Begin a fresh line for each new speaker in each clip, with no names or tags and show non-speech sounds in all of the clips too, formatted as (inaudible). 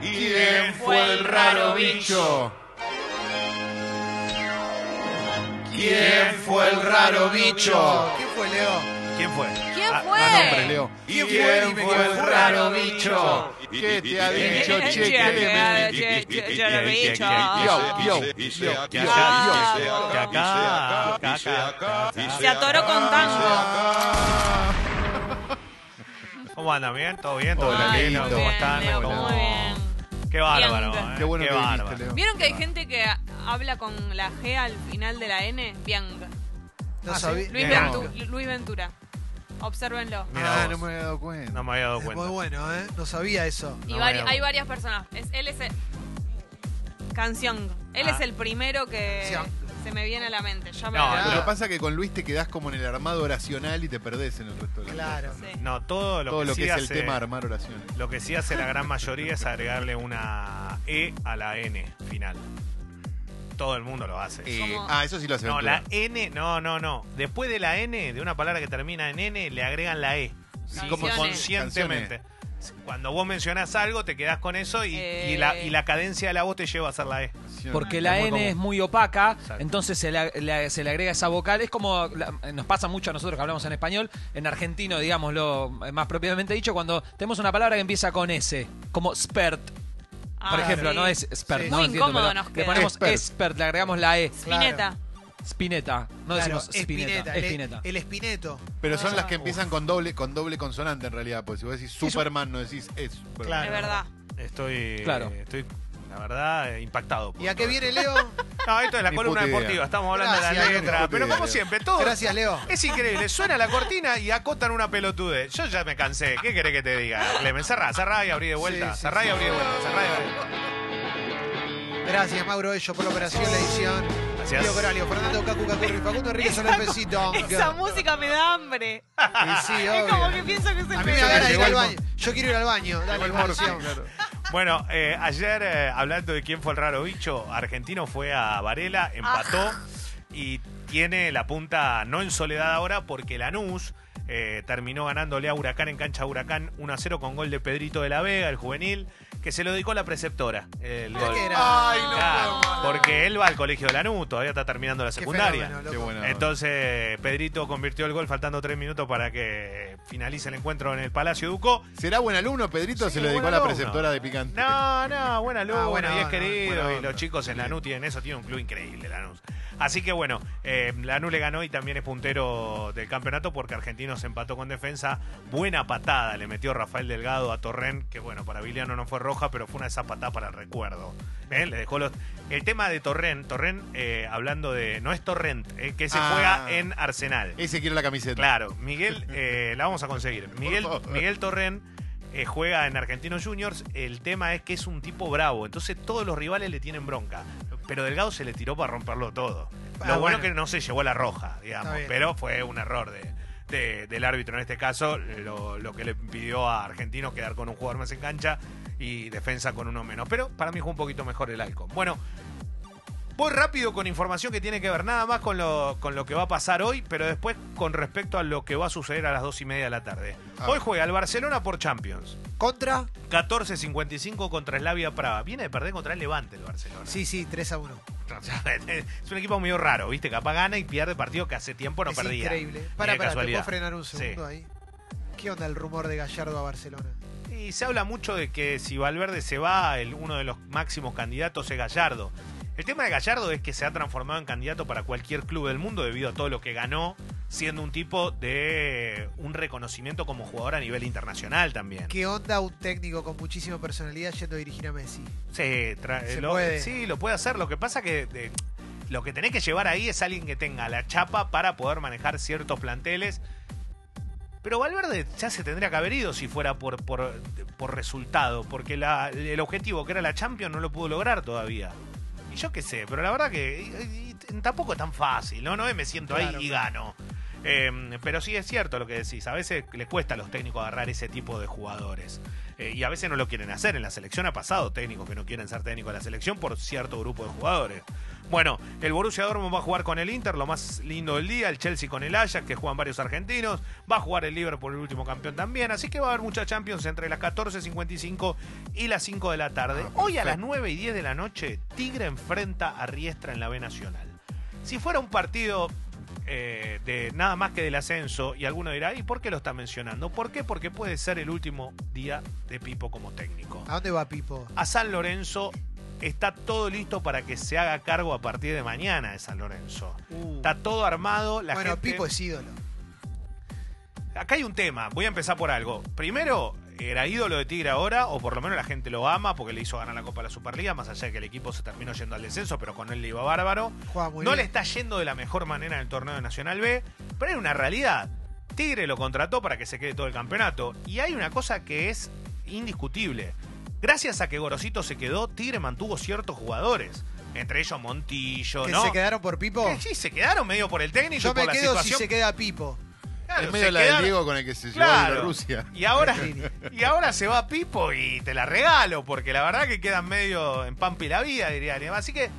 quién fue el raro bicho? ¿Quién fue el raro bicho?
¿Quién fue, Leo?
¿Quién fue?
¿Quién
Ah,
fue?
ah,
Hombre, Leo.
¿Quién
¿Quién
fue? Dime
fue el raro bicho? ¿Qué te (laughs) ha dicho
Eh,
Che
che,
Clemen?
che, che, che, che,
Che, che,
Yo,
bicho.
yo, yo,
Que
Ah,
yo,
acá,
yo.
que acá, que acá. Ah,
Se atoró con tango.
¿Cómo andan? ¿Bien? ¿Todo bien? ¿Todo
Hola,
Ay,
tranquilo?
lindo.
¿Cómo
muy
están?
bien, Leo,
¿Cómo-
Muy bien.
Qué bárbaro.
Bien.
¿eh?
Qué bueno que
bárbaro.
viniste, Leo.
¿Vieron que hay gente que ha- habla con la G al final de la N? Biang.
No
Ah, sí.
sabía.
Luis,
Biang.
Ventu- Luis Ventura. Obsérvenlo.
Mira
Ah,
vos.
no me había dado cuenta.
No me había dado
Es muy
cuenta.
bueno, ¿eh? No sabía eso.
Y
No,
vari-
bueno.
hay varias personas. Es, él es el- canción. Él
Ah.
es el primero que
Sí.
se me viene a la mente. Ya me
No,
lo-
Lo que
Claro.
pasa es que con Luis te quedás como en el armado oracional y te perdés en el resto de la
Claro.
Sí.
No, todo lo
Todo
que,
lo que
sí
es el
hace-
tema armar oraciones.
Lo que sí hace la gran mayoría es agregarle una E a la N final. Todo el mundo lo hace.
Eh,
Como-
ah, eso sí lo hace
No,
Ventura.
la N, no, no, no. Después de la N, de una palabra que termina en N, le agregan la E.
Sí,
Como
Canciones.
conscientemente. Cuando vos mencionás algo, te quedás con eso y,
Eh.
y la, y la cadencia de la voz te lleva a hacer la E.
Canciones.
Porque
Es
la
muy
N
común.
es muy opaca,
Exacto.
entonces se le, le- se le agrega esa vocal. Es como la- nos pasa mucho a nosotros que hablamos en español, en argentino, digámoslo eh, más propiamente dicho, cuando tenemos una palabra que empieza con S, como spert, por
Ah,
ejemplo,
sí.
no es expert.
Sí.
no
Muy
entiendo,
incómodo
pero
nos
Le
queda.
ponemos
Expert.
expert. le agregamos la E.
Spinetta.
Spinetta, no
Claro,
decimos spinetta,
Spinetta,
es
el-
Spinetta.
El espineto.
Pero son
Ah.
las que empiezan con doble, con doble consonante en realidad, porque si vos decís Superman no decís es. Superman.
Claro.
Es verdad.
Estoy,
Claro.
estoy la verdad, eh, impactado. por
¿Y a qué
todo
viene
esto.
Leo?
No, esto
(laughs)
es la
Ni
columna
puta idea.
deportiva. Estamos hablando
Gracias,
de
Leo.
la letra.
Ni puta
Pero
idea,
como
Leo.
siempre, todo.
Gracias, Leo.
Es increíble, suena la cortina y acotan una pelotudez. Yo ya me cansé, ¿qué querés que te diga? Clemen, cerrá, cerrá y abrí de vuelta,
Sí, sí,
cerrá y
sí.
abrí de vuelta, cerrá y abrí de vuelta.
Gracias, Mauro Ello, por la operación, la edición.
Gracias.
Leo Coralio, Fernando Cacu Cacurri, Facundo Enrique, Soler Pesito.
(laughs) Esa música me da hambre.
Y sí,
Es como
obvio.
que pienso que es el
A mí me
peor.
da ganas de ir
Llegó
al
el
baño. Yo quiero ir al baño. Dale,
El
igual,
Morphy,
sí,
claro.
Bueno, eh, ayer eh, hablando de quién fue el raro bicho, Argentino fue a Varela,
Ah.
empató y tiene la punta no en soledad ahora porque Lanús eh, terminó ganándole a Huracán en cancha de Huracán 1 a 0 con gol de Pedrito de la Vega, el juvenil, que se lo dedicó la preceptora. El gol.
¿Qué era?
Ay, no.
Claro,
Ah.
porque él va al colegio de Lanús, todavía está terminando la
Qué
secundaria.
fenómeno,
Qué
loco.
buena.
Entonces, Pedrito convirtió el gol faltando tres minutos para que finalice el encuentro en el Palacio Duco.
¿Será buen alumno, Pedrito? o
Sí,
se lo dedicó a
buen
la
alumno.
preceptora de Picante.
No, no, buena luz,
Ah,
bueno,
buena
y es
onda,
querido.
buena
y
onda.
los chicos en Lanús tienen eso, tiene un club increíble, Lanús. Así que bueno, eh, Lanús le ganó y también es puntero del campeonato porque Argentinos empató con defensa. Buena patada le metió Rafael Delgado a Torren, que bueno, para Viliano no fue roja, pero fue una de esas patadas para el recuerdo. ¿Eh? Le dejó los... El tema de Torren, Torren, eh, hablando de. No es Torrent, eh, que se
Ah.
juega en Arsenal.
Ese quiere la camiseta.
Claro, Miguel, eh, la vamos a conseguir. Miguel,
favor.
Miguel Torren eh, juega en Argentinos Juniors. El tema es que es un tipo bravo, entonces todos los rivales le tienen bronca. Pero Delgado se le tiró para romperlo todo. Lo
Ah,
bueno,
bueno.
que no se llevó la roja,
Está
digamos,
bien.
pero fue un error de- de- del árbitro en este caso, lo, lo que le pidió a Argentinos quedar con un jugador más en cancha y defensa con uno menos. Pero para mí fue un poquito mejor el Alcon. Bueno, Voy rápido con información que tiene que ver nada más con lo, con lo que va a pasar hoy, pero después con respecto a lo que va a suceder a las dos y media de la tarde.
A
Hoy
ver.
juega el Barcelona por Champions.
¿Contra?
14.55 contra Slavia Praga. Viene de perder contra el Levante el Barcelona.
Sí, sí, 3 a 1.
(laughs) Es un equipo medio raro, ¿viste? Capaz gana y pierde partido que hace tiempo no
es
perdía.
increíble.
Ni
Para,
de
para, ¿te
casualidad.
puedo frenar un
Sí.
segundo ahí? ¿Qué onda el rumor de Gallardo a Barcelona?
Y se habla mucho de que si Valverde se va, el, uno de los máximos candidatos es Gallardo. El tema de Gallardo es que se ha transformado en candidato para cualquier club del mundo debido a todo lo que ganó, siendo un tipo de un reconocimiento como jugador a nivel internacional también.
¿Qué onda un técnico con muchísima personalidad yendo a dirigir a Messi?
Se tra-
Se
lo-
puede.
Sí, lo puede hacer. Lo que pasa que eh, lo que tenés que llevar ahí es alguien que tenga la chapa para poder manejar ciertos planteles. Pero Valverde ya se tendría que haber ido si fuera por, por, por resultado, porque la- el objetivo que era la Champions no lo pudo lograr todavía. Y yo qué sé, pero la verdad que y- y- y tampoco es tan fácil, ¿no? No es me siento ahí
Claro,
y
claro.
gano. Eh, pero sí es cierto lo que decís. A veces le cuesta a los técnicos agarrar ese tipo de jugadores. Eh, y a veces no lo quieren hacer. En la selección ha pasado técnicos que no quieren ser técnicos de la selección por cierto grupo de jugadores. Bueno, el Borussia Dortmund va a jugar con el Inter, lo más lindo del día. El Chelsea con el Ajax, que juegan varios argentinos. Va a jugar el Liverpool, el último campeón también. Así que va a haber mucha Champions entre las 14.55 y las 5 de la tarde.
Ah,
Hoy a las
perfecto.
9 y 10 de la noche, Tigre enfrenta a Riestra en la B Nacional. Si fuera un partido eh, de nada más que del ascenso, y alguno dirá, ¿y por qué lo está mencionando? ¿Por qué? Porque puede ser el último día de Pipo como técnico.
¿A dónde va Pipo?
A San Lorenzo está todo listo para que se haga cargo a partir de mañana de San Lorenzo. Está todo armado. La
bueno,
gente-
Pipo es ídolo.
Acá hay un tema, voy a empezar por algo. Primero, era ídolo de Tigre ahora, o por lo menos la gente lo ama porque le hizo ganar la Copa de la Superliga, más allá de que el equipo se terminó yendo al descenso, pero con él le iba bárbaro.
Juega muy
No le
bien.
está yendo de la mejor manera en el torneo de Nacional B, pero hay una realidad. Tigre lo contrató para que se quede todo el campeonato. Y hay una cosa que es indiscutible. Gracias a que Gorosito se quedó, Tigre mantuvo ciertos jugadores. Entre ellos Montillo,
¿Que
¿no?
se quedaron por Pipo?
Que sí, se quedaron medio por el técnico y
Yo
por
me
la
quedo si
situación.
se queda Pipo.
Claro,
es medio
se
la del
quedaron-
Diego con el que se llevó
Claro.
de Rusia.
Y
(laughs)
ahora, (laughs)
Pellegrini.
y ahora se va Pipo y te la regalo, porque la verdad que quedan medio en pampa y la vida, diría alguien. Así que eh,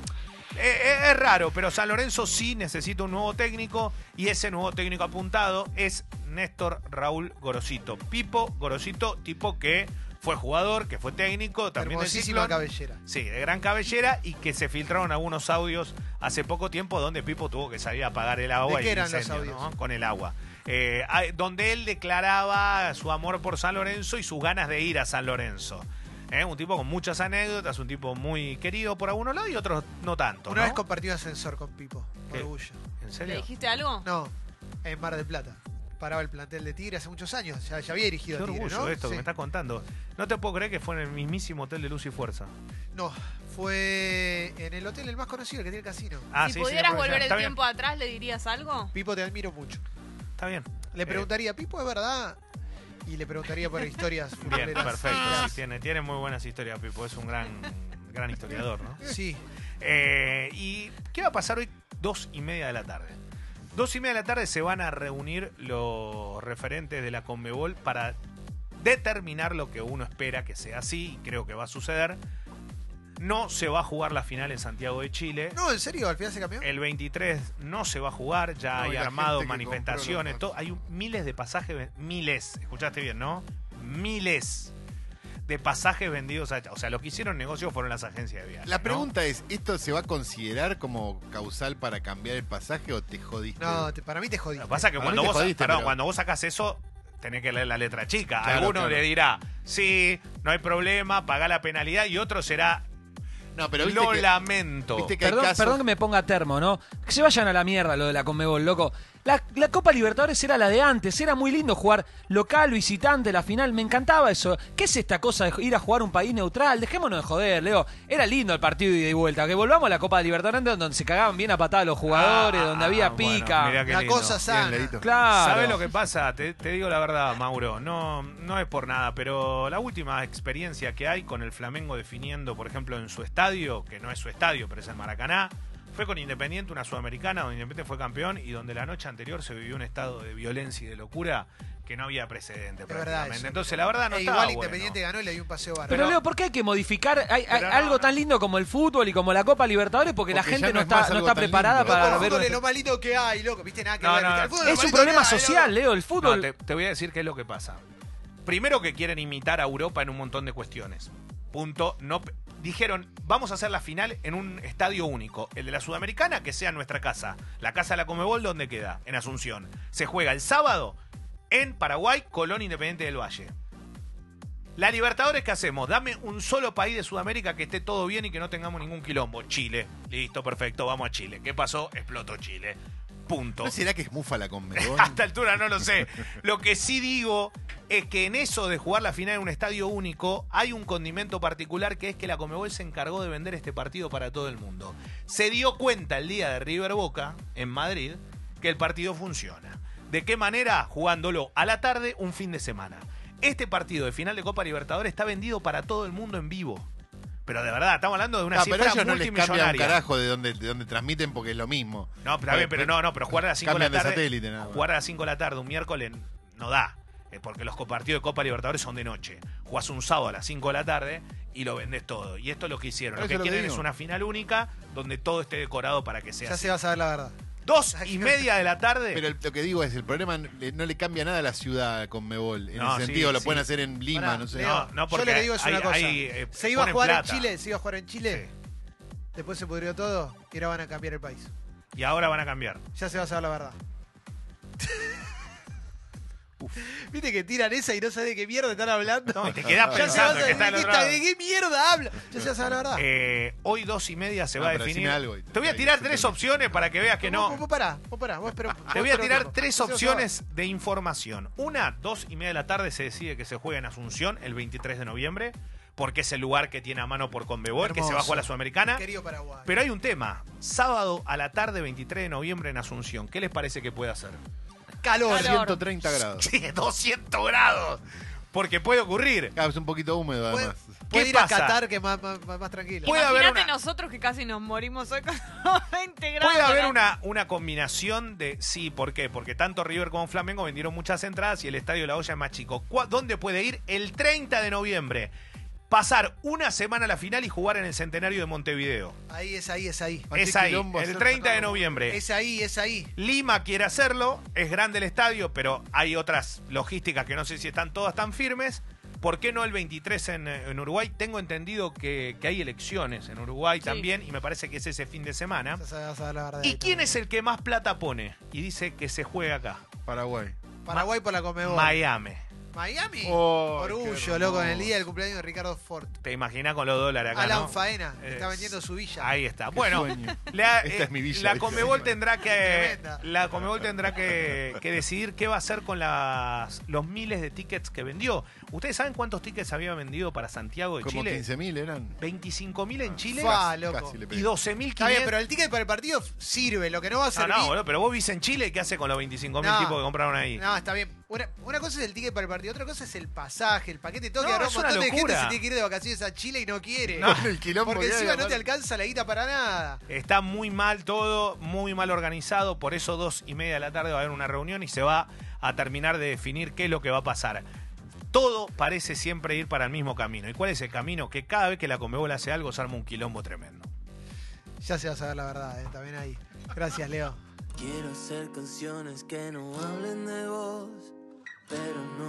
eh, es raro, pero San Lorenzo sí necesita un nuevo técnico y ese nuevo técnico apuntado es Néstor Raúl Gorosito. Pipo Gorosito, tipo que fue jugador, que fue técnico, también del
Hermosísima
Ciclón.
cabellera.
Sí, de gran cabellera y que se filtraron algunos audios hace poco tiempo donde Pipo tuvo que salir a apagar el agua
¿De
y
qué
el
eran los
incendio,
audios?
¿no? con el agua. Eh, ah, donde él declaraba su amor por San Lorenzo y sus ganas de ir a San Lorenzo. ¿Eh? Un tipo con muchas anécdotas, un tipo muy querido por algunos lados y otros no tanto.
Una
¿no?
vez compartí un ascensor con Pipo.
¿Qué?
Orgullo.
¿En
¿Le
serio?
dijiste algo?
No, en Mar del Plata. Paraba el plantel de Tigre hace muchos años. Ya, ya había
Qué
dirigido a Tigre,
orgullo
¿no?
esto que
Sí.
me estás contando. No te puedo creer que fue en el mismísimo hotel de Luz y Fuerza.
No, fue en el hotel el más conocido, el que tiene el casino.
Ah,
si
sí, sí,
pudieras
después-
volver el
está
tiempo atrás, ¿le dirías algo?
Pipo, te admiro mucho.
Bien, está bien. Eh,
Le preguntaría, ¿Pipo es verdad? Y le preguntaría por historias
Bien,
futboleras.
perfecto. Sí, tiene, tiene muy buenas historias, Pipo. Es un gran, gran historiador, ¿no?
Sí,
Eh, ¿Y qué va a pasar hoy? Dos y media de la tarde. Dos y media de la tarde se van a reunir los referentes de la Conmebol para determinar lo que uno espera que sea así, y creo que va a suceder. No se va a jugar la final en Santiago de Chile.
No, en serio, al final se cambió.
El 23 no se va a jugar, ya
No, y
hay
la
armado,
gente que compró
manifestaciones,
los
todo. Hay un- miles de pasajes, ven- miles, escuchaste bien, ¿no? Miles de pasajes vendidos allá. O sea, los que hicieron negocios fueron las agencias de viajes.
La
¿no?
pregunta es, ¿esto se va a considerar como causal para cambiar el pasaje o te jodiste?
No, te- para mí te jodí.
Lo que pasa es que
Para
cuando
mí te
vos,
jodiste,
perdón,
pero-
cuando vos sacás eso, tenés que leer la letra chica.
Claro,
Alguno
claro.
le dirá, sí, no hay problema, pagá la penalidad, y otro será,
No, pero viste
lo
que-
lamento.
viste que hay
Perdón,
casos-
perdón que me ponga termo, ¿no? Que se vayan a la mierda lo de la Conmebol, loco. La, la Copa Libertadores era la de antes, era muy lindo jugar local, visitante, la final, me encantaba eso. ¿Qué es esta cosa de ir a jugar a un país neutral? Dejémonos de joder, Leo. Era lindo el partido de ida y vuelta. Que volvamos a la Copa Libertadores donde se cagaban bien a patada los jugadores,
Ah,
donde había
bueno,
pica.
mirá qué
La
lindo.
cosa sana. Eh,
Bien, Leito.
claro.
¿Sabes lo que pasa? Te, te digo la verdad, Mauro. No, no es por nada, pero la última experiencia que hay con el Flamengo definiendo, por ejemplo, en su estadio, que no es su estadio, pero es el Maracaná, fue con Independiente, una sudamericana, donde Independiente fue campeón y donde la noche anterior se vivió un estado de violencia y de locura que no había precedente
Es verdad
prácticamente.
eso.
Entonces, la verdad no
E
estaba
igual
bueno.
Independiente ganó y le dio un paseo bárbaro.
Pero
Pero-
Leo, ¿por qué hay que modificar hay- hay
Pero no,
algo
no.
tan lindo como el fútbol y como la Copa Libertadores? Porque, la
Porque ya
gente
no
no
es más
está, no
algo
está
tan
preparada
lindo.
para
Loco, el
ver...
fútbol es lo más lindo que hay, loco. ¿Viste? Nada que
No,
ver,
no,
¿viste?
no.
El fútbol
Es
lo
un
más lindo
problema
que hay, loco.
social, Leo, el fútbol.
No, te, te voy a decir qué es lo que pasa. Primero que quieren imitar a Europa en un montón de cuestiones. Punto. No, p- dijeron, vamos a hacer la final en un estadio único. El de la Sudamericana, que sea nuestra casa. La casa de la Comebol, ¿dónde queda? En Asunción. Se juega el sábado en Paraguay, Colón Independiente del Valle. La Libertadores, ¿qué hacemos? Dame un solo país de Sudamérica que esté todo bien y que no tengamos ningún quilombo. Chile. Listo, perfecto, vamos a Chile. ¿Qué pasó? Explotó Chile. Punto.
¿No será que es mufa la
(laughs)
Conmebol?
A esta altura no lo sé. Lo que sí digo es que en eso de jugar la final en un estadio único hay un condimento particular que es que la Comebol se encargó de vender este partido para todo el mundo. Se dio cuenta el día de River Boca en Madrid que el partido funciona. ¿De qué manera? Jugándolo a la tarde un fin de semana. Este partido de final de Copa Libertadores está vendido para todo el mundo en vivo. Pero de verdad, estamos hablando de una
Ah, pero a
cifra
ellos no les cambia un
multimillonaria.
carajo de donde, de donde transmiten porque es lo mismo.
No, pero, a ver, pero no, no, pero jugar a las 5 de la
Cambian de
tarde.
satélite, nada más.
jugar a las 5 de la tarde un miércoles no da. eh, Porque los partidos de Copa Libertadores son de noche. Jugás un sábado a las 5 de la tarde y lo vendés todo. Y esto es lo que hicieron. Lo
Eso
que
es lo que
quieren
digo.
es una final única donde todo esté decorado para que sea
Ya
así.
se va a saber la verdad.
Dos y media de la tarde.
Pero el- lo que digo es, el problema le- no le cambia nada a la ciudad con Mebol. En
No,
el
sí,
sentido, lo
sí.
pueden hacer en Lima,
Pará,
no sé.
Leo,
No, no, porque
yo lo que digo es
hay-
una cosa.
hay, eh,
se iba a
ponen
jugar
plata.
en Chile, se iba a jugar en Chile, después se pudrió todo y ahora van a cambiar el país.
y ahora van a cambiar.
Ya se va a saber la verdad.
(laughs)
Viste que tiran esa y no sabes de qué mierda están hablando.
No, y te quedás
ya se va a
pensando que
saber
está al
de,
otro
qué,
lado.
de qué mierda habla. Ya se va a saber la verdad.
Eh, hoy dos y media se
No,
va a
Ah. pero
definir.
decime algo y te-
te voy a
te-
tirar
te-
tres opciones para que veas que
Vos-
no.
Vos, vos pará, vos pará, vos espera- vos
Te voy a
espera un
tirar
poco.
tres
Se va a saber.
opciones de información. Una, dos y media de la tarde se decide que se juega en Asunción el 23 de noviembre, porque es el lugar que tiene a mano por Conmebol, que se
Hermoso.
va a jugar la Sudamericana.
Querido eh. Paraguay.
Pero hay un tema. Sábado a la tarde, 23 de noviembre en Asunción. ¿Qué les parece que puede hacer?
calor.
Calor.
130 grados.
(laughs) Sí, 200 grados. Porque puede ocurrir.
Ah, es un poquito húmedo,
Puede,
además.
puede
¿Qué
ir a
pasa?
Qatar que más, más, más- más tranquilo.
Puede haber
Imagínate
una-
nosotros que casi nos morimos hoy con (laughs) los 20 grados.
Puede haber
¿no?
una, una combinación de. Sí, ¿por qué? Porque tanto River como Flamengo vendieron muchas entradas y el estadio de La Hoya es más chico. ¿Cuá- ¿Dónde puede ir el 30 de noviembre? Pasar una semana a la final y jugar en el centenario de Montevideo.
Ahí es ahí, es ahí.
Ah, qué
es ahí,
quilombo
el
hacer
30 de
todo.
noviembre.
Es ahí, es ahí.
Lima quiere hacerlo, es grande el estadio, pero hay otras logísticas que no sé si están todas tan firmes. ¿Por qué no el 23 en, en Uruguay? Tengo entendido que, que hay elecciones en Uruguay
Sí.
también y me parece que es ese fin de semana.
Ya se va a saber la verdad.
¿Y quién es el que más plata pone y dice que se juega acá?
Paraguay.
Paraguay por la Comebol.
Miami.
Miami.
Oh, qué
Orgullo,
hermoso.
loco, en el día del cumpleaños de Ricardo Ford.
Te imaginas con los dólares acá,
Alan
¿no?
Faena
Eh,
está vendiendo su villa.
Ahí está.
Qué
Bueno,
sueño.
la, eh,
Esta es mi villa,
la
dice.
Comebol tendrá que
Tremenda.
la Comebol tendrá que, que decidir qué va a hacer con las los miles de tickets que vendió. ¿Ustedes saben cuántos tickets había vendido para Santiago de
Como
Pues Chile?
15.000 eran.
25.000 en Chile
Fa, loco.
Casi le
y
pegué. (laughs)
12.500.
Está bien, pero el ticket para el partido sirve. Lo que no va a
Ah, No,
servir.
no, boludo, pero vos viste en Chile qué hace con los 25.000
No.
tipos que compraron ahí.
No, está bien. Una, una cosa es el ticket para el partido, otra cosa es el pasaje, el paquete, todo. que
No,
habrá
es
un
una
montón de gente que
locura.
se tiene que ir de vacaciones a Chile y no quiere. (laughs)
el quilombo
porque
que hay,
encima no
aparte.
te alcanza la guita para nada.
Está muy mal todo, muy mal organizado, por eso dos y media de la tarde va a haber una reunión y se va a terminar de definir qué es lo que va a pasar. Todo parece siempre ir para el mismo camino. ¿Y cuál es el camino? Que cada vez que la Comebol hace algo, se arma un quilombo tremendo.
Ya se va a saber la verdad, eh, también ahí. Gracias, Leo.
Quiero hacer canciones que no hablen de vos, pero no.